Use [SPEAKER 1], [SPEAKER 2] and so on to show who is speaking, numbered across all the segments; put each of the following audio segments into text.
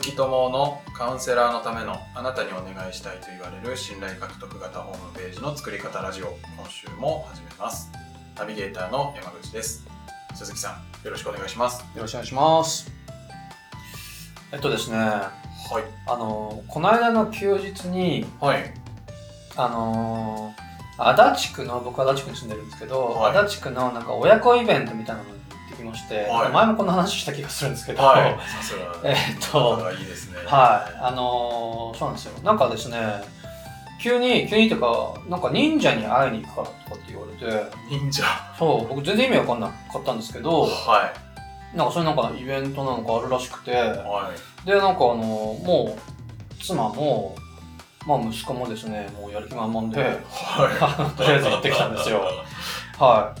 [SPEAKER 1] きとものカウンセラーのためのあなたにお願いしたいと言われる信頼獲得型ホームページの作り方ラジオ今週も始めますナビゲーターの山口です鈴木さんよろしくお願いします
[SPEAKER 2] よろしくお願いします。えっとですね、あ
[SPEAKER 1] はい
[SPEAKER 2] の、この間の休日に、
[SPEAKER 1] はい
[SPEAKER 2] あのー、足立区の、僕は足立区に住んでるんですけど、
[SPEAKER 1] はい
[SPEAKER 2] 足立区のなんか親子イベントみたいなのに行ってきまして、
[SPEAKER 1] はい
[SPEAKER 2] 前もこの話した気がするんですけど、
[SPEAKER 1] はいさすが
[SPEAKER 2] えっ
[SPEAKER 1] 仲
[SPEAKER 2] と、
[SPEAKER 1] がいいですね
[SPEAKER 2] はい、あのー、そうなんですよ。なんかですね、急に、急にというか、なんか忍者に会いに行くからとかって言われて、
[SPEAKER 1] 忍者
[SPEAKER 2] そう、僕全然意味わかんなかったんですけど、
[SPEAKER 1] は
[SPEAKER 2] なんかそういうなんかイベントなんかあるらしくて、
[SPEAKER 1] いは
[SPEAKER 2] でなんかあのもう妻も、まあ、息子もですねもうやる気満々で
[SPEAKER 1] いは
[SPEAKER 2] あの
[SPEAKER 1] い
[SPEAKER 2] とりあえず行ってきたんですよは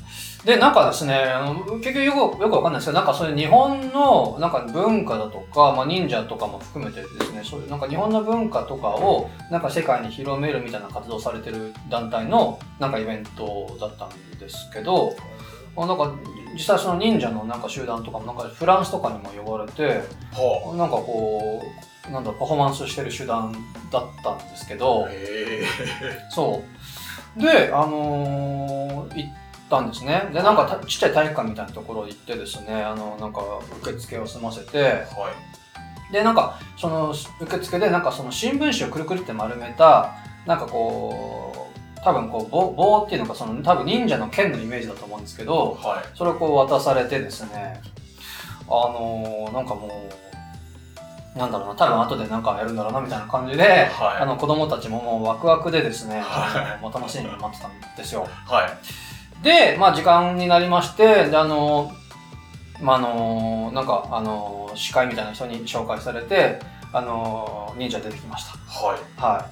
[SPEAKER 2] いでなんかですねあの結局よくよくわかんないですけどなんかそういう日本のなんか文化だとか、まあ、忍者とかも含めてですねそういうなんか日本の文化とかをなんか世界に広めるみたいな活動をされてる団体のなんかイベントだったんですけどあなんか実際その忍者のなんか集団とかもなんかフランスとかにも呼ばれて
[SPEAKER 1] ほ
[SPEAKER 2] なんかこう、なんだろうパフォーマンスしてる手段だったんですけど
[SPEAKER 1] う、へえ
[SPEAKER 2] そう。で、あのー行ったんですね。で、なんかたちっちゃい体育館みたいなところ行ってですね、あの、なんか受付を済ませて、
[SPEAKER 1] はい
[SPEAKER 2] で、なんかその受付で、なんかその新聞紙をくるくるって丸めた、なんかこう、多分こう棒棒っていうのがその多分忍者の剣のイメージだと思うんですけど、
[SPEAKER 1] は
[SPEAKER 2] それをこう渡されてですね、あのーなんかもう、なんだろうな、多分後でなんかやるんだろうなみたいな感じで、
[SPEAKER 1] いはい
[SPEAKER 2] あの子供たちももうワクワクでですね、
[SPEAKER 1] はい
[SPEAKER 2] あの楽しみに待ってたんですよ。
[SPEAKER 1] はい
[SPEAKER 2] で、まあ時間になりまして、であのーまああのーなんか、あのー司会みたいな人に紹介されて、あのー忍者出てきまし
[SPEAKER 1] はい
[SPEAKER 2] た。は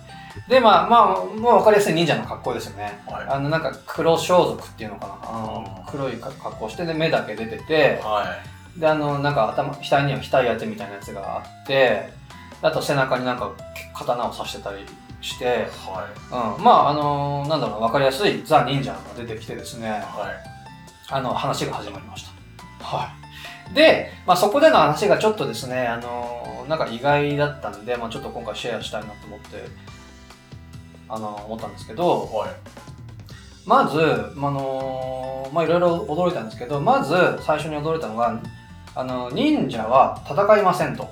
[SPEAKER 2] い。で、まあまあ、もうわかりやすい忍者の格好ですよね。
[SPEAKER 1] はい
[SPEAKER 2] あのなんか黒装束っていうのかなあの
[SPEAKER 1] うん
[SPEAKER 2] 黒い格好してで目だけ出てて
[SPEAKER 1] は
[SPEAKER 2] であのなんか頭額には額当てみたいなやつがあってあと背中になんか刀を刺してたりして
[SPEAKER 1] い、はい
[SPEAKER 2] うん、まああのなんだろう分かりやすいザ・忍者が出てきてですね
[SPEAKER 1] はい
[SPEAKER 2] あの話が始まりましたはいで、まあ、そこでの話がちょっとですねあのなんか意外だったんで、まあ、ちょっと今回シェアしたいなと思ってあの思ったんですけど、
[SPEAKER 1] はい
[SPEAKER 2] まず、まああのまあ、いろいろ驚いたんですけど、まず最初に驚いたのが、あの、忍者は戦いませんと。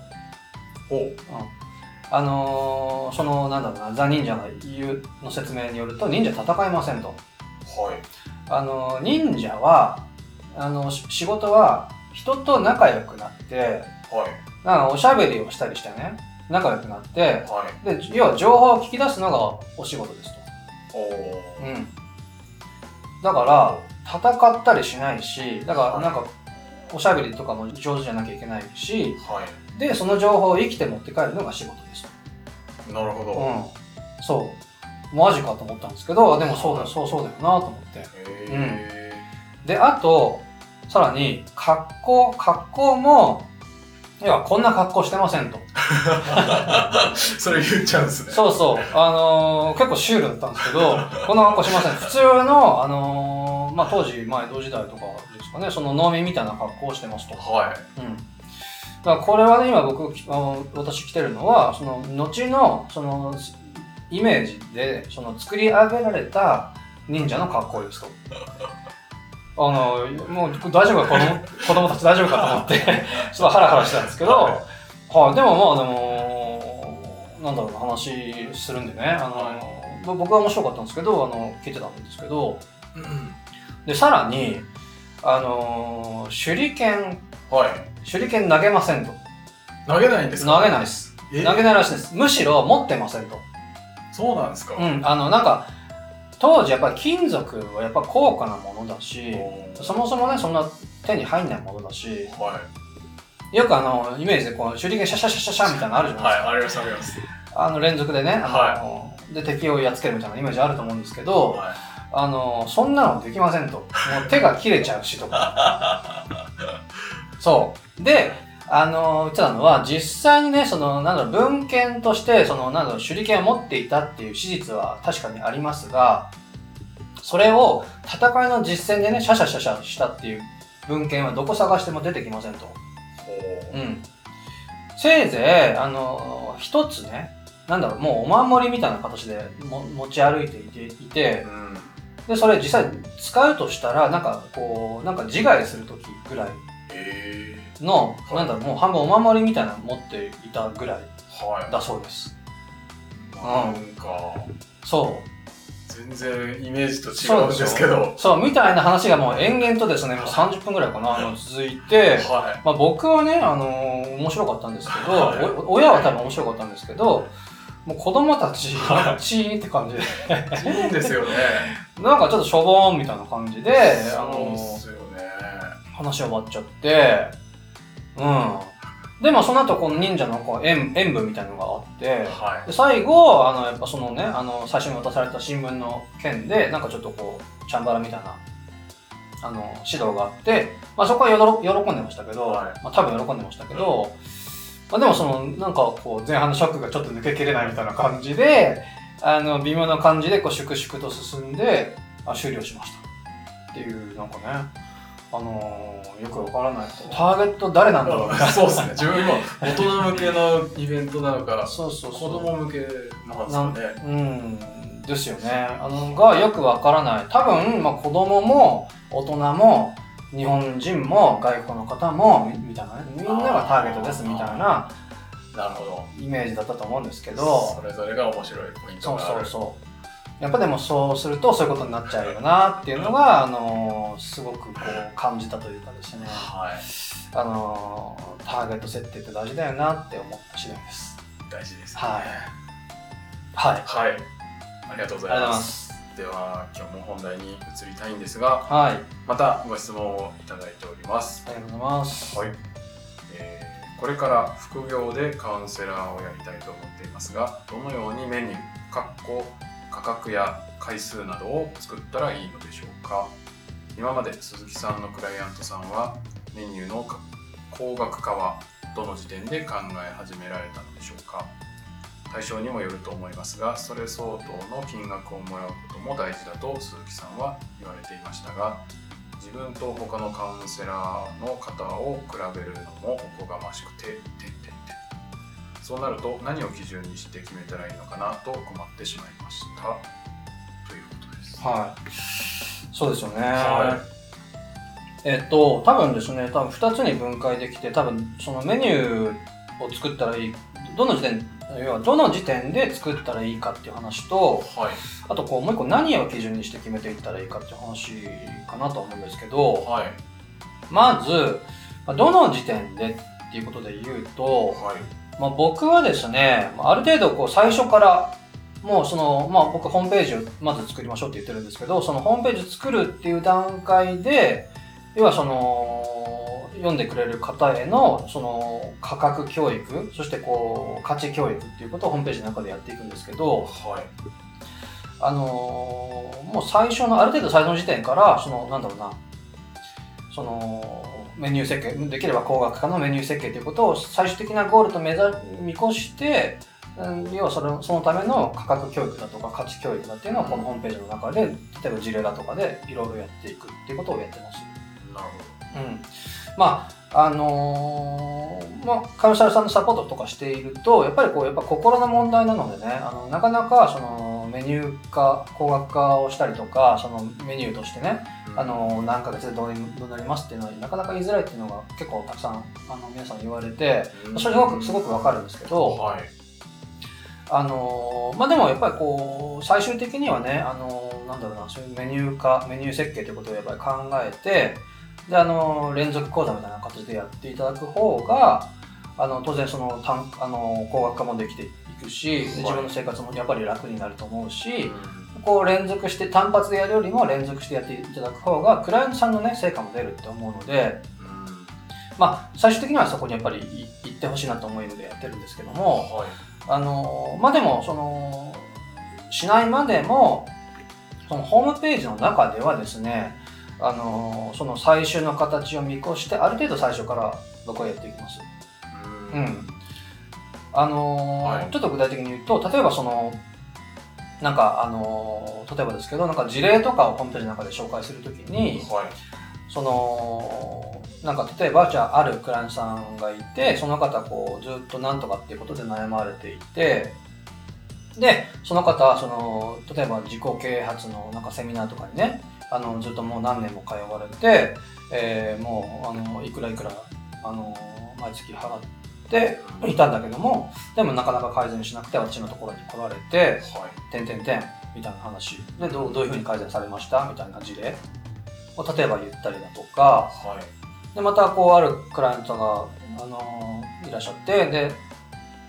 [SPEAKER 1] ほう
[SPEAKER 2] あのその、なんだろうな、ザ・忍者の言う、の説明によると、忍者戦いませんと。
[SPEAKER 1] はい
[SPEAKER 2] あの、忍者は、あの、し仕事は人と仲良くなって、
[SPEAKER 1] はい
[SPEAKER 2] なんかおしゃべりをしたりしてね、仲良くなって、
[SPEAKER 1] はい
[SPEAKER 2] で、要は情報を聞き出すのがお仕事ですと。
[SPEAKER 1] おお
[SPEAKER 2] うん、だから戦ったりしないしだからなんかおしゃべりとかも上手じゃなきゃいけないし
[SPEAKER 1] はい
[SPEAKER 2] でその情報を生きて持って帰るのが仕事です、
[SPEAKER 1] なるほ
[SPEAKER 2] う
[SPEAKER 1] ど
[SPEAKER 2] ん、そうマジかと思ったんですけどでもそうだそうそうだよなと思って
[SPEAKER 1] へえ
[SPEAKER 2] であとさらに格好格好もいやこんな格好してませんと
[SPEAKER 1] それ言っちゃうんですね
[SPEAKER 2] そうそうあのー結構シュールだったんですけ どこんな格好しません普通のあのーまあ当時まあ江戸時代とかですかねその農民みたいな格好をしてますと
[SPEAKER 1] は
[SPEAKER 2] うん。だからこれはね、今僕、あの私着てるのは、その、後の、その、イメージで、その、作り上げられた忍者の格好ですと。あの、もう大丈夫か、子供 子供たち大丈夫かと思って、 ちょっとハラハラしてたんですけど、
[SPEAKER 1] は
[SPEAKER 2] はい、でもまあ、でも、なんだろうな、話するんでね、あの、
[SPEAKER 1] は
[SPEAKER 2] ぼ僕は面白かったんですけど、あの、聞いてたんですけど、
[SPEAKER 1] い
[SPEAKER 2] で、さらに、あの、手裏剣
[SPEAKER 1] はい
[SPEAKER 2] 手裏剣投げませんと。
[SPEAKER 1] 投げないんですか
[SPEAKER 2] 投げないです。
[SPEAKER 1] え
[SPEAKER 2] 投げないらしいです。むしろ持ってませんと。
[SPEAKER 1] そうなんですか
[SPEAKER 2] うん。あの、なんか、当時やっぱり金属はやっぱ高価なものだし、
[SPEAKER 1] おー
[SPEAKER 2] そもそもね、そんな手に入んないものだし、
[SPEAKER 1] は
[SPEAKER 2] よくあの、イメージでこう、手裏剣シャシャシャシャシャみたいなのあるじ
[SPEAKER 1] い
[SPEAKER 2] ゃない
[SPEAKER 1] は
[SPEAKER 2] で
[SPEAKER 1] い
[SPEAKER 2] すか。
[SPEAKER 1] ありますあります
[SPEAKER 2] あの、連続でね、あの、で、敵をやっつけるみたいなイメージあると思うんですけど、
[SPEAKER 1] は
[SPEAKER 2] あの、そんなのできませんと。もう手が切れちゃうしとか。そう。で、あの、言ってたのは、実際にね、その、なんだろう、文献として、その、なんだろう、手裏剣を持っていたっていう史実は確かにありますが、それを戦いの実践でね、シャシャシャシャしたっていう文献はどこ探しても出てきませんと。
[SPEAKER 1] いほ
[SPEAKER 2] うん。せいぜい、あの、一つね、なんだろう、もうお守りみたいな形でも持ち歩いていて、いて
[SPEAKER 1] うん
[SPEAKER 2] で、それ実際使うとしたら、なんかこう、なんか自害するときぐらい
[SPEAKER 1] え
[SPEAKER 2] の、
[SPEAKER 1] い
[SPEAKER 2] なんだろう、もう半分お守りみたいなの持っていたぐらい
[SPEAKER 1] ー、はい
[SPEAKER 2] だそうです。
[SPEAKER 1] なんか
[SPEAKER 2] そう。
[SPEAKER 1] 全然イメージと違
[SPEAKER 2] そううんでしょ
[SPEAKER 1] ですけど
[SPEAKER 2] そう、みたいな話がもう延々とですね、もう30分ぐらいかな、あの続いて、
[SPEAKER 1] は
[SPEAKER 2] まあ、僕はね、あのー面白かったんですけど、
[SPEAKER 1] はい
[SPEAKER 2] お親は多分面白かったんですけど、もう子供たち
[SPEAKER 1] は、
[SPEAKER 2] チーって感じで、
[SPEAKER 1] いいいんですよね
[SPEAKER 2] なんかちょっとしょぼーんみたいな感じで、あ
[SPEAKER 1] そう
[SPEAKER 2] の
[SPEAKER 1] っ
[SPEAKER 2] ー
[SPEAKER 1] すよね
[SPEAKER 2] 話終わっちゃって、うん。で、まあ、その後、この忍者のこう演演舞みたいなのがあって、
[SPEAKER 1] は
[SPEAKER 2] で最後、あの、やっぱそのね、あの、最初に渡された新聞の件で、なんかちょっとこう、チャンバラみたいな、あの、指導があって、まあそこはよろ喜んでましたけど、
[SPEAKER 1] は
[SPEAKER 2] まあ多分喜んでましたけど、まあでもその、なんかこう、前半のショックがちょっと抜けきれないみたいな感じで、あの、微妙な感じで、こう、粛々と進んで、あ、終了しました。っていう、なんかね、あのーよくわからない。ターゲット誰なんだろうみたい
[SPEAKER 1] いそうですね自分も大人向けのイベントなの
[SPEAKER 2] な。
[SPEAKER 1] か
[SPEAKER 2] そうそう
[SPEAKER 1] 子
[SPEAKER 2] そう。
[SPEAKER 1] 供向けなんですかね
[SPEAKER 2] うんですよね。あのがよくわからない。多分、まあ、子供も大人も日本人も外国の方もみみたいなね、みんながターゲットですみたいな
[SPEAKER 1] なるほど
[SPEAKER 2] イメージだったと思うんですけど、
[SPEAKER 1] それぞれが面白いポイント
[SPEAKER 2] そう
[SPEAKER 1] があ
[SPEAKER 2] そう
[SPEAKER 1] る
[SPEAKER 2] そう。やっぱでもそうするとそういうことになっちゃうよなっていうのが、あのすごくこう感じたというかですね、
[SPEAKER 1] はい
[SPEAKER 2] あのターゲット設定って大事だよなって思った次第です。
[SPEAKER 1] 大事ですね
[SPEAKER 2] はいはい。あり
[SPEAKER 1] はいありがとうござい
[SPEAKER 2] がとうござい
[SPEAKER 1] ま
[SPEAKER 2] ますす。
[SPEAKER 1] では今日も本題に移りたいんですが
[SPEAKER 2] はい。あ
[SPEAKER 1] またご質問をいただいております
[SPEAKER 2] りがとうございます。
[SPEAKER 1] はい、えーこれから副業でカウンセラーをやりたいと思っていますがどのようにメニューかっこ価格や回数などを作ったらいいのでしょうか今まで鈴木さんのクライアントさんはメニューのか高額化はどの時点で考え始められたのでしょうか対象にもよると思いますがそれ相当の金額をもらうことも大事だと鈴木さんは言われていましたが自分と他のカウンセラーの方を比べるのもおこがましくててんてんてんそうなると何を基準にして決めたらいいのかなと困ってしまいましたということです
[SPEAKER 2] はい。そうですよね。
[SPEAKER 1] は
[SPEAKER 2] えっと、多分ですね、多分2つに分解できて、多分そのメニューを作ったらいい、どの時点、要はどの時点で作ったらいいかっていう話と、
[SPEAKER 1] はい
[SPEAKER 2] あとこうもう一個何を基準にして決めていったらいいかっていう話かなと思うんですけど、
[SPEAKER 1] はい
[SPEAKER 2] まず、まあどの時点でっていうことで言うと、
[SPEAKER 1] はい
[SPEAKER 2] まあ、僕はですね、まあある程度こう最初から、もうその、まあ僕ホームページをまず作りましょうって言ってるんですけど、そのホームページ作るっていう段階で、要はその、読んでくれる方への、その、価格教育、そしてこう、価値教育っていうことをホームページの中でやっていくんですけど、
[SPEAKER 1] はい
[SPEAKER 2] あのーもう最初の、ある程度最初の時点から、その、なんだろうな、その、メニュー設計、できれば高額化のメニュー設計ということを最終的なゴールと目指見越して、うん要はそのそのための価格教育だとか価値教育だっていうのをこのホームページの中で、例えば事例だとかでいろいろやっていくっていうことをやってます。
[SPEAKER 1] なる
[SPEAKER 2] うん、まああのーまあ、カウンサルさんのサポートとかしているとやっぱりこうやっぱ心の問題なのでねあのなかなかそのメニュー化高額化をしたりとかそのメニューとしてね、
[SPEAKER 1] ほど
[SPEAKER 2] あのー何ヶ月でどうにどうなりますっていうのはなかなか言いづらいっていうのが結構たくさんあの皆さん言われて
[SPEAKER 1] うん
[SPEAKER 2] それすごくすごくわかるんですけど、
[SPEAKER 1] はい
[SPEAKER 2] あのーまあでもやっぱりこう最終的にはね、あのーなんだろうなそういうメニュー化メニュー設計ということをやっぱり考えてで、あのー連続講座みたいな形でやっていただく方があの当然その単、あのー高額化もできていくし
[SPEAKER 1] はい
[SPEAKER 2] で自分の生活もやっぱり楽になると思う
[SPEAKER 1] う
[SPEAKER 2] し
[SPEAKER 1] ん
[SPEAKER 2] こう連続して単発でやるよりも連続してやっていただく方がクライアントさんのね成果も出るって思うので、
[SPEAKER 1] うん
[SPEAKER 2] まあ、最終的にはそこにやっぱりい行ってほしいなと思いのでやってるんですけども。
[SPEAKER 1] はい
[SPEAKER 2] あのまあでもそのしないまでもそのホームページの中ではですねあのその最終の形を見越してある程度最初から僕はやっていきます。
[SPEAKER 1] う
[SPEAKER 2] うんあの
[SPEAKER 1] はい
[SPEAKER 2] ちょっと具体的に言うと例えばそのなんかあの例えばですけどなんか事例とかをホームページの中で紹介するときに
[SPEAKER 1] はい
[SPEAKER 2] そのなんか例えばじゃああるクライアントさんがいてその方こうずっとなんとかっていうことで悩まれていてでその方はその例えば自己啓発のなんかセミナーとかにねあのずっともう何年も通われて、えーもうあのいくらいくらあの毎月払っていたんだけどもでもなかなか改善しなくて私のところに来られて
[SPEAKER 1] はい
[SPEAKER 2] 点点点みたいな話でどうどういうふうに改善されましたみたいな事例を例えば言ったりだとか
[SPEAKER 1] はい
[SPEAKER 2] でまたこうあるクライアントが、あのーいらっしゃってで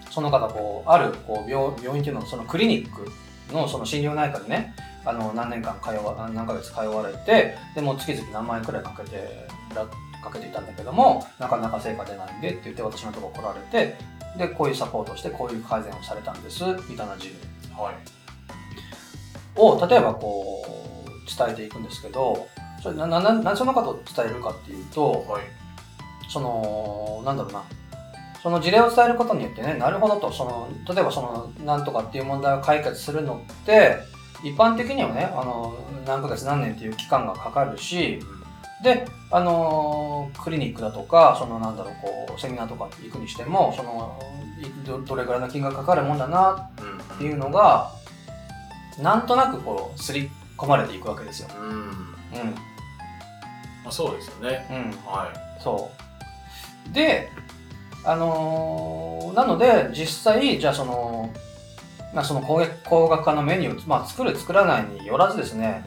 [SPEAKER 2] その方こうあるこう病病院っていうのはそのクリニックのその診療内科にねあの何年間通わ何ヶ月通われてでもう月々何万円くらいかけてらかけていたんだけどもなかなか成果出ないんでって言って私のところ来られてでこういうサポートをしてこういう改善をされたんですみたいな事例
[SPEAKER 1] はい
[SPEAKER 2] を例えばこう伝えていくんですけどそれななななんでその方を伝えるかっていうと
[SPEAKER 1] はい
[SPEAKER 2] そのなんだろうなその事例を伝えることによってねなるほどとその例えばそのなんとかっていう問題を解決するのって一般的にはねあの何ヶ月何年っていう期間がかかるしで、あのークリニックだとか、そのなんだろう、こう、セミナーとか行くにしても、その、いどどれぐらいの金額かかるもんだな
[SPEAKER 1] うんうん
[SPEAKER 2] っていうのが、なんとなくこう、すり込まれていくわけですよ。
[SPEAKER 1] うん
[SPEAKER 2] うん。
[SPEAKER 1] まあそうですよね
[SPEAKER 2] うん。
[SPEAKER 1] は
[SPEAKER 2] そう。で、あのーなので、実際、じゃあその、まあ、その工学工学科のメニュー、まあ、作る、作らないによらずですね、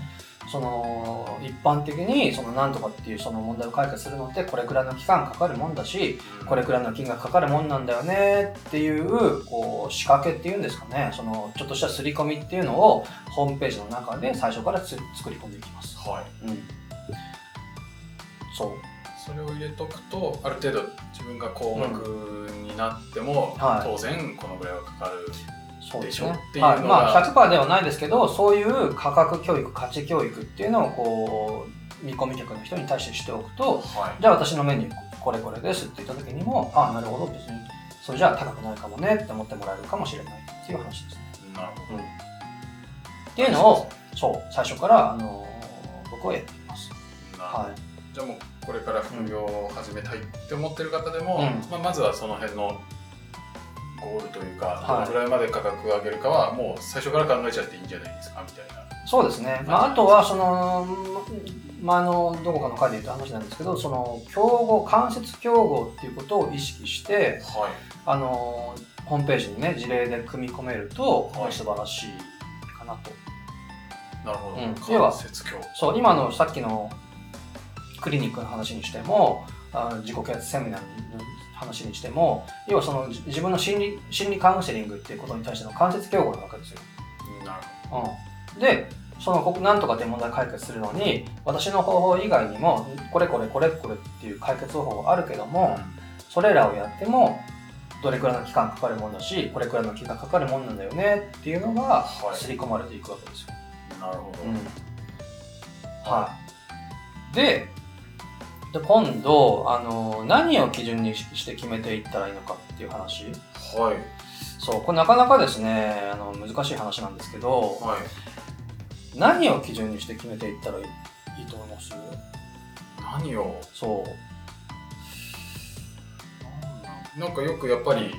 [SPEAKER 2] その、一般的に、その、なんとかっていうその問題を解決するのって、これくらいの期間かかるもんだし、
[SPEAKER 1] い
[SPEAKER 2] これくらいの金額かかるもんなんだよねっていう、こう、仕掛けっていうんですかね、その、ちょっとした刷り込みっていうのを、ホームページの中で最初からつ作り込んでいきます。
[SPEAKER 1] はい
[SPEAKER 2] うん。そう。
[SPEAKER 1] それを入れとくとある程度自分が高額になっても、
[SPEAKER 2] うんはい
[SPEAKER 1] 当然このぐらいはかかる
[SPEAKER 2] そうです
[SPEAKER 1] でしょ
[SPEAKER 2] ね
[SPEAKER 1] っていうのが
[SPEAKER 2] はい、まあ100%ではないですけどそういう価格教育価値教育っていうのをこう見込み客の人に対してしておくと
[SPEAKER 1] はい
[SPEAKER 2] じゃあ私のメニューこれこれですって言った時にもああなるほど別にそれじゃあ高くないかもねって思ってもらえるかもしれないっていう話ですね。
[SPEAKER 1] なるほ
[SPEAKER 2] うん、っていうのをそう最初から、あのー僕はやっています。
[SPEAKER 1] どなるほど
[SPEAKER 2] は
[SPEAKER 1] じゃあもうこれから副業を始めたいって思ってる方でも、
[SPEAKER 2] うん
[SPEAKER 1] まあ、まずはその辺のゴールというか、
[SPEAKER 2] は
[SPEAKER 1] どの
[SPEAKER 2] い
[SPEAKER 1] ぐらいまで価格を上げるかはもう最初から考えちゃっていいんじゃないですかみたいな。
[SPEAKER 2] そうですね、まあ、あとはその、まあ、あのどこかの回で言った話なんですけどその競合間接競合っていうことを意識して、
[SPEAKER 1] はい、
[SPEAKER 2] あのーホームページにね事例で組み込めると、
[SPEAKER 1] はい
[SPEAKER 2] 素晴らしいかなと
[SPEAKER 1] なるほど、
[SPEAKER 2] うん要は
[SPEAKER 1] 間接教
[SPEAKER 2] そう今のさっきのクリニックの話にしてもあの自己啓発セミナーの話にしても要はそのじ自分の心理心理カウンセリングっていうことに対しての間接競合なわけですよ、
[SPEAKER 1] なる
[SPEAKER 2] うん、でそのここなんとかっていう問題を解決するのに私の方法以外にもこれこれこれこれっていう解決方法があるけども、
[SPEAKER 1] ほど、
[SPEAKER 2] それらをやってもどれくらいの期間かかるもんだしこれくらいの期間かかるもんなんだよねっていうのが
[SPEAKER 1] はい
[SPEAKER 2] 刷り込まれていくわけですよ。
[SPEAKER 1] なるほど、
[SPEAKER 2] はい、でで今度あの何を基準にして決めていったらいいのかっていう話
[SPEAKER 1] はい
[SPEAKER 2] そうこれなかなかですねあの難しい話なんですけど
[SPEAKER 1] はい
[SPEAKER 2] 何を基準にして決めていったらいいいいと思います
[SPEAKER 1] 何を
[SPEAKER 2] そう
[SPEAKER 1] なんかよくやっぱり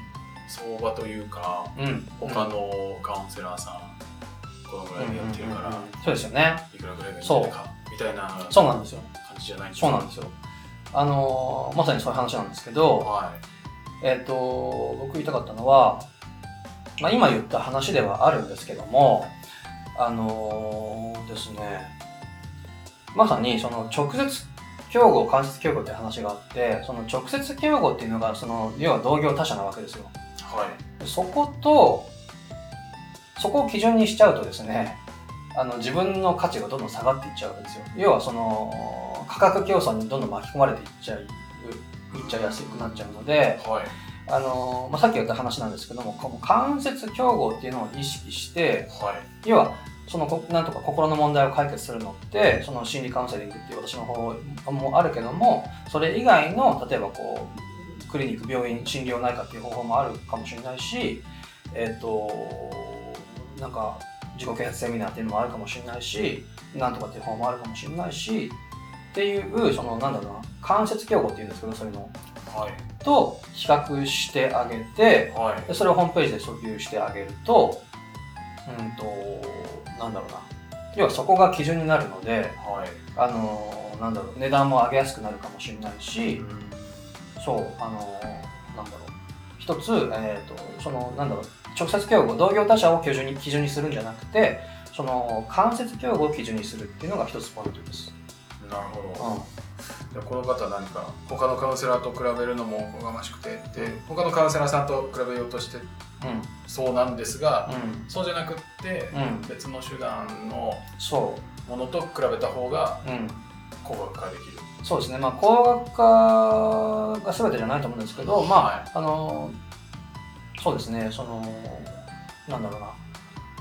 [SPEAKER 1] 相場というか
[SPEAKER 2] うん
[SPEAKER 1] 他のカウンセラーさん、このぐらいでやってるから、
[SPEAKER 2] うんうんうんうんそうですよね
[SPEAKER 1] いくらぐらいがいいんじゃないかみたいな
[SPEAKER 2] そう
[SPEAKER 1] 感
[SPEAKER 2] なんですよ
[SPEAKER 1] じじゃないでし
[SPEAKER 2] そ
[SPEAKER 1] ょ
[SPEAKER 2] うなんですよ。あのーまさにそういう話なんですけど、
[SPEAKER 1] は
[SPEAKER 2] えっ、と、僕言いたかったのは、まあ、今言った話ではあるんですけども、あのーですね、まさにその直接競合、間接競合って話があって、その直接競合っていうのが、その、要は同業他社なわけですよ。
[SPEAKER 1] いはい
[SPEAKER 2] そこと、そこを基準にしちゃうとですね、あの自分の価値がどんどん下がっていっちゃうわけですよ。要はその価格競争にどんどん巻き込まれていっちゃい、いっちゃいやすくなっちゃうので、
[SPEAKER 1] はい
[SPEAKER 2] あのまあ、さっき言った話なんですけども、この間接競合っていうのを意識して、
[SPEAKER 1] はい
[SPEAKER 2] 要はそのこなんとか心の問題を解決するのって、その心理カウンセリングっていう私の方法もあるけども、それ以外の例えばこうクリニック、病院、診療内科っていう方法もあるかもしれないし、えっ、となんか自己啓発セミナーっていうのもあるかもしれないし、なんとかっていう方法もあるかもしれないし、っていう、その、なんだろうな、間接競合っていうんですけど、そういうの
[SPEAKER 1] はい。
[SPEAKER 2] と比較してあげて、
[SPEAKER 1] はい。
[SPEAKER 2] でそれをホームページで訴求してあげると、うんと、なんだろうな。要はそこが基準になるので、
[SPEAKER 1] はい。
[SPEAKER 2] あのーなんだろう、値段も上げやすくなるかもしれないし、そう、あのーなんだろう。一つ、えっ、と、その、なんだろう、直接競合、同業他社を基準に基準にするんじゃなくて、その、間接競合を基準にするっていうのが一つポイントです。
[SPEAKER 1] なるほ
[SPEAKER 2] う
[SPEAKER 1] ど。
[SPEAKER 2] ん。
[SPEAKER 1] じゃあこの方何か他のカウンセラーと比べるのもおこがましくてって他のカウンセラーさんと比べようとして
[SPEAKER 2] うん。
[SPEAKER 1] そうなんですが、
[SPEAKER 2] う
[SPEAKER 1] そうじゃなくって、
[SPEAKER 2] ん。うん。
[SPEAKER 1] 別の手段の
[SPEAKER 2] そ
[SPEAKER 1] ものと比べた方が
[SPEAKER 2] う。うん。
[SPEAKER 1] 高額化できる。
[SPEAKER 2] そうですね、まあ、高額化が全てじゃないと思うんですけど、まあ、
[SPEAKER 1] はい
[SPEAKER 2] あのそうですね、その、なんだろうな、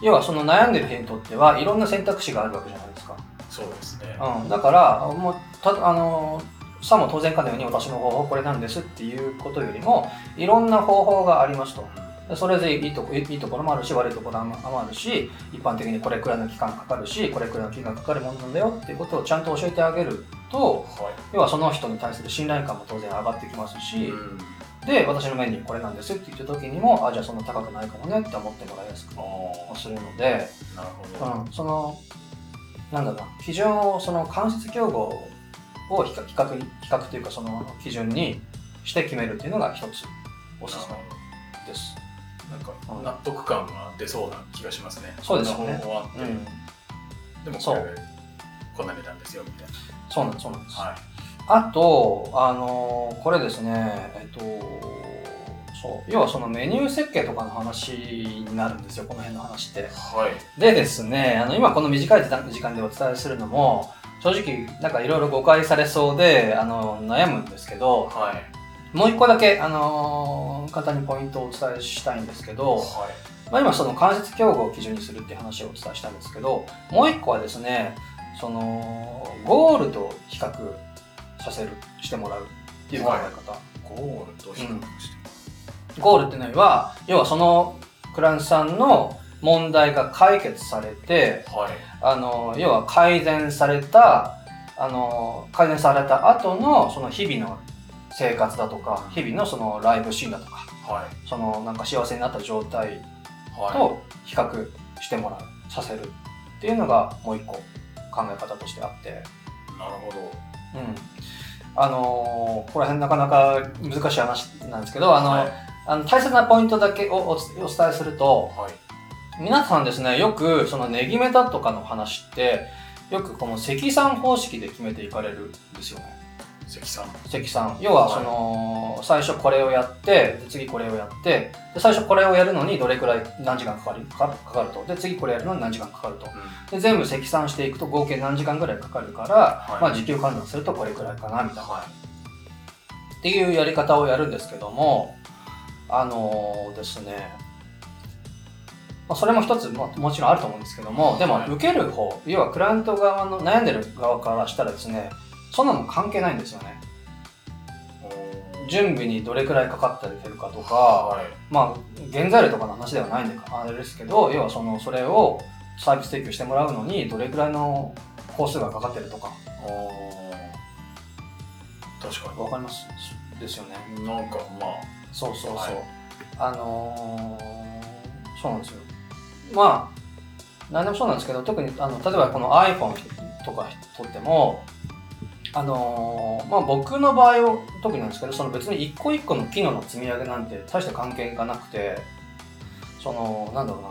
[SPEAKER 2] 要はその悩んでる人にとっては、いろんな選択肢があるわけじゃないですか。
[SPEAKER 1] そうですね。
[SPEAKER 2] うん、だから、もうたあのさも当然かのように私の方法これなんですっていうことよりも、いろんな方法がありますと。それでいいとこいいいところもあるし、悪いところもあるし、一般的にこれくらいの期間かかるし、これくらいの期間かかるものなんだよっていうことをちゃんと教えてあげると、
[SPEAKER 1] は
[SPEAKER 2] 要はその人に対する信頼感も当然上がってきます
[SPEAKER 1] い。
[SPEAKER 2] し、
[SPEAKER 1] うん
[SPEAKER 2] で私のメニューこれなんですって言った時にもあじゃあそんな高くないかもねって思ってもらいやすく
[SPEAKER 1] あ
[SPEAKER 2] もするので、
[SPEAKER 1] ーなる
[SPEAKER 2] う
[SPEAKER 1] ほ
[SPEAKER 2] ん、そのなんだろうな基準をその間接競合を比較比較比較というかその基準にして決めるっていうのが一つお
[SPEAKER 1] ど。
[SPEAKER 2] すす
[SPEAKER 1] なる
[SPEAKER 2] めです。
[SPEAKER 1] ほどなんか
[SPEAKER 2] うん
[SPEAKER 1] 納得感が出そうな気がしますね。
[SPEAKER 2] そうですよ
[SPEAKER 1] こんな
[SPEAKER 2] ね
[SPEAKER 1] 方法あって、
[SPEAKER 2] うん、
[SPEAKER 1] でも
[SPEAKER 2] そ
[SPEAKER 1] こ
[SPEAKER 2] う
[SPEAKER 1] れこんな値段ですよみたい
[SPEAKER 2] そうなんですそうなんです。
[SPEAKER 1] な。はい。
[SPEAKER 2] あと、あのこれですね、えっと、そう、要はそのメニュー設計とかの話になるんですよ、この辺の話って。
[SPEAKER 1] はい。
[SPEAKER 2] でですね、あの、今この短い時間時間でお伝えするのも、正直、なんかいろいろ誤解されそうで、あの、悩むんですけど、
[SPEAKER 1] はい。
[SPEAKER 2] もう一個だけ、あの簡単にポイントをお伝えしたいんですけど、
[SPEAKER 1] はい。
[SPEAKER 2] まあ、今その間接競合を基準にするっていう話をお伝えしたんですけど、もう一個はですね、その、ゴールと比較させる、してもらうっていう考え方。
[SPEAKER 1] ゴールと比較して。
[SPEAKER 2] ゴールっていうのは、要はそのクライアントさんの問題が解決されて、
[SPEAKER 1] はい。
[SPEAKER 2] あの、要は改善された、あの、改善された後のその日々の生活だとか、日々のそのライブシーンだとか、
[SPEAKER 1] はい。
[SPEAKER 2] そのなんか幸せになった状態
[SPEAKER 1] は
[SPEAKER 2] と比較してもらうさせるっていうのがもう一個考え方としてあって、
[SPEAKER 1] い。なるほど。
[SPEAKER 2] うん、あのーここら辺なかなか難しい話なんですけどあの、
[SPEAKER 1] はい
[SPEAKER 2] あの大切なポイントだけをおお伝えすると
[SPEAKER 1] はい。
[SPEAKER 2] 皆さんですねよくそのネギメタとかの話ってよくこの積算方式で決めていかれるんですよね
[SPEAKER 1] 関さん。
[SPEAKER 2] 積算要はその、最初これをやってで次これをやってで最初これをやるのにどれくらい何時間かかるかかかるとで次これやるのに何時間かかるとで全部積算していくと合計何時間ぐらいかかるから、
[SPEAKER 1] はい
[SPEAKER 2] まあ時給換算するとこれくらいかなみたいな
[SPEAKER 1] は
[SPEAKER 2] っていうやり方をやるんですけどもあのですねまあそれも一つももちろんあると思うんですけどもでも
[SPEAKER 1] はい
[SPEAKER 2] 受ける方要はクライアント側の悩んでる側からしたらですねそんなの関係ないんですよね
[SPEAKER 1] い。おー
[SPEAKER 2] 準備にどれくらいかかったりするかとか
[SPEAKER 1] はい。
[SPEAKER 2] まあ原材料とかの話ではないんであれですけど要はそのそれをサービス提供してもらうのにどれくらいの工数がかかってるとか
[SPEAKER 1] おー確
[SPEAKER 2] わ
[SPEAKER 1] か
[SPEAKER 2] かりますですよね
[SPEAKER 1] に。なんかまあ。
[SPEAKER 2] そうそうそう、
[SPEAKER 1] はい
[SPEAKER 2] あのーそうなんですよまあ何でもそうなんですけど特にあの例えばこの iPhone とか撮ってもあのーまあ僕の場合は特になんですけどその別に一個一個の機能の積み上げなんて大した関係がなくてそのなんだろうな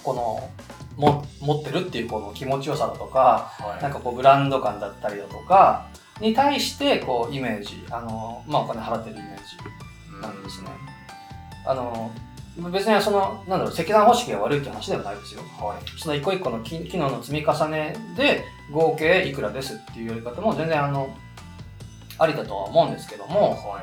[SPEAKER 2] このも持ってるっていうこの気持ちよさだとか
[SPEAKER 1] はい。
[SPEAKER 2] なんかこうブランド感だったりだとかに対してこうイメージあの、まあ、お金払ってるイメージなんですねあの別にそのなんだろう積算方式が悪いって話ではないですよ
[SPEAKER 1] はい。
[SPEAKER 2] その一個一個の機機能の積み重ねで合計いくらですっていうやり方も全然あのありだとは思うんですけども、
[SPEAKER 1] は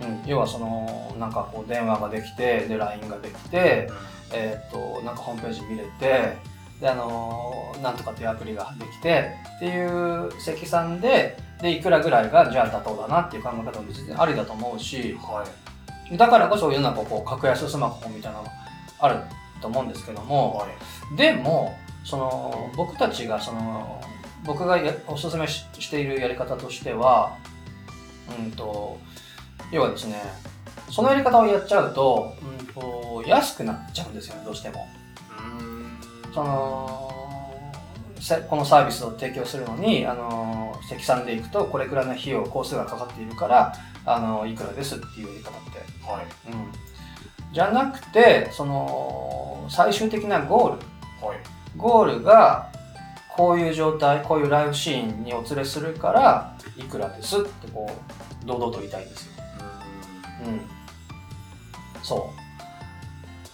[SPEAKER 2] うん、要はそのなんかこう電話ができてで LINE ができて
[SPEAKER 1] い。
[SPEAKER 2] えーっとなんかホームページ見れてであのーなんとかっていうアプリができてっていう積算ででいくらぐらいがじゃあ妥当だなっていう考え方も別にありだと思うし
[SPEAKER 1] はい。
[SPEAKER 2] だからこそ世の中こう格安スマホみたいなのがあると思うんですけども
[SPEAKER 1] はい。
[SPEAKER 2] でもその僕たちがその僕がやおすすめししているやり方としては、うんと、要はですね、そのやり方をやっちゃうと、うんと、安くなっちゃうんですよね、どうしても。
[SPEAKER 1] うん
[SPEAKER 2] その、せこのサービスを提供するのに、あの、積算でいくと、これくらいの費用、工数がかかっているから、あの、いくらですっていうやり方って
[SPEAKER 1] はい
[SPEAKER 2] うん、じゃなくてその最終的なゴール
[SPEAKER 1] はい
[SPEAKER 2] ゴールがこういう状態こういうライフシーンにお連れするからいくらですってこう堂々と言いたいんですよ、うん、そ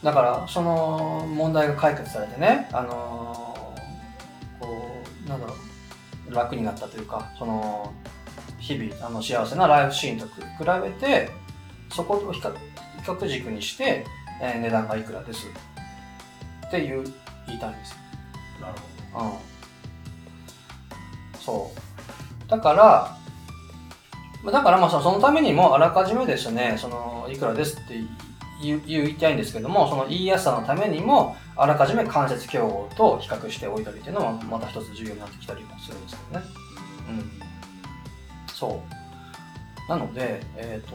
[SPEAKER 2] うだからその問題が解決されてねあのーこうなんだろう楽になったというかその日々あの幸せなライフシーンとく比べてそこと比較比較軸にして、えー値段がいくらですっていう言いたいんですよ
[SPEAKER 1] なるほ
[SPEAKER 2] うん、そうだからまあだからまあそのそのためにもあらかじめですねそのいくらですって言う言いたいんですけどもその言いやすさのためにもあらかじめ間接競合と比較しておいたりっていうのはまた一つ重要になってきたりもするんですけどね
[SPEAKER 1] ど
[SPEAKER 2] うんそうなのでえっ、と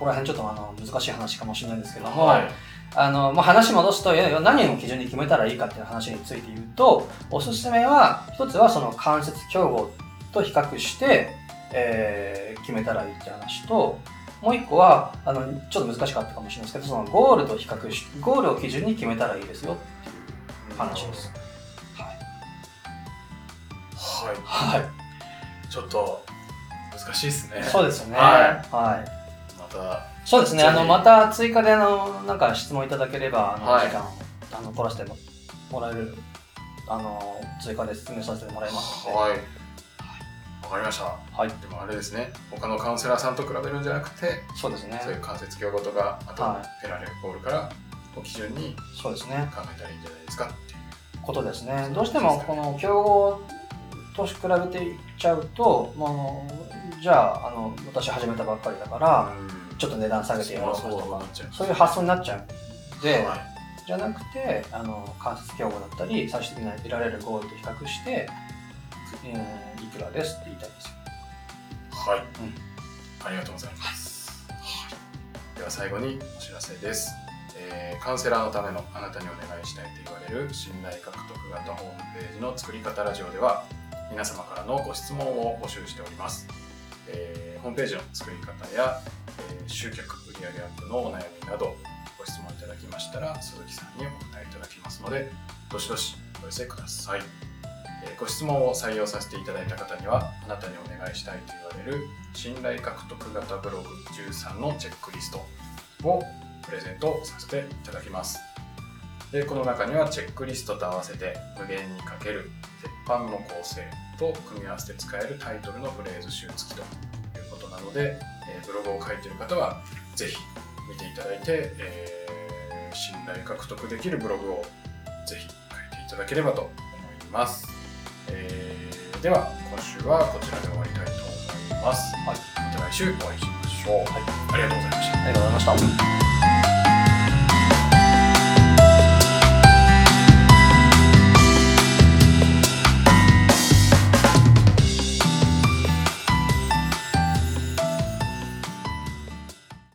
[SPEAKER 2] ここら辺ちょっとあの難しい話かもしれないんですけども、
[SPEAKER 1] はい
[SPEAKER 2] あの、まあ、話戻すと、いやいや何を基準に決めたらいいかっていう話について言うと、おすすめは、一つはその間接競合と比較して、えー決めたらいいって話と、もう一個は、あの、ちょっと難しかったかもしれないですけど、そのゴールと比較し、ゴールを基準に決めたらいいですよっていう話です。はい。
[SPEAKER 1] はい
[SPEAKER 2] はい。
[SPEAKER 1] ちょっと難しいですね
[SPEAKER 2] そうですよね。
[SPEAKER 1] は
[SPEAKER 2] はい。
[SPEAKER 1] また
[SPEAKER 2] そうですね、
[SPEAKER 1] ぜ
[SPEAKER 2] あ
[SPEAKER 1] ひ
[SPEAKER 2] のまた追加であのなんか質問いただければ、あの
[SPEAKER 1] はい
[SPEAKER 2] 時間をあの取らせてもらえるあの追加で説明させてもらいますので、
[SPEAKER 1] はいわかりました
[SPEAKER 2] はい、
[SPEAKER 1] でもあれですね他のカウンセラーさんと比べるんじゃなくて
[SPEAKER 2] そうですね、
[SPEAKER 1] そういう関節鏡ごとかあと
[SPEAKER 2] は
[SPEAKER 1] ペラレルボールからを基準に
[SPEAKER 2] そうですね、
[SPEAKER 1] 考えたらいいんじゃないですかっていう
[SPEAKER 2] ことですね。どうしてもこの競合と比べていっちゃうと、まああのじゃああの私始めたばっかりだから、ちょっと値段下げてやろう
[SPEAKER 1] そうそう
[SPEAKER 2] と
[SPEAKER 1] な
[SPEAKER 2] か
[SPEAKER 1] っ、ちゃいます
[SPEAKER 2] そういう発想になっちゃうんで。
[SPEAKER 1] はい
[SPEAKER 2] じゃなくてあの間接競合だったり最終的に得られるゴールと比較して、うん、いくらですって言いたいんですよ。
[SPEAKER 1] はい、
[SPEAKER 2] ん
[SPEAKER 1] ありがとうございます、はいでは最後にお知らせです、えーカウンセラーのためのあなたにお願いしたいと言われる信頼獲得型ホームページの作り方ラジオでは皆様からのご質問を募集しております、えーホームページの作り方や、えー集客売上アップのお悩みなどご質問いただきましたら鈴木さんにお答えいただきますのでどしどしお寄せくださいえーご質問を採用させていただいた方にはあなたにお願いしたいと言われる信頼獲得型ブログ13のチェックリストをプレゼントさせていただきますでこの中にはチェックリストと合わせて「無限にかける」「鉄板の構成」と組み合わせて使えるタイトルのフレーズ集付きということなので、えーブログを書いている方はぜひ見ていただいて、えー信頼獲得できるブログをぜひ書いていただければと思いますえーでは今週はこちらで終わりたいと思います。
[SPEAKER 2] はい、
[SPEAKER 1] また来週お会いしましょう。
[SPEAKER 2] はい
[SPEAKER 1] ありがとうございました。
[SPEAKER 2] ありがとうございました。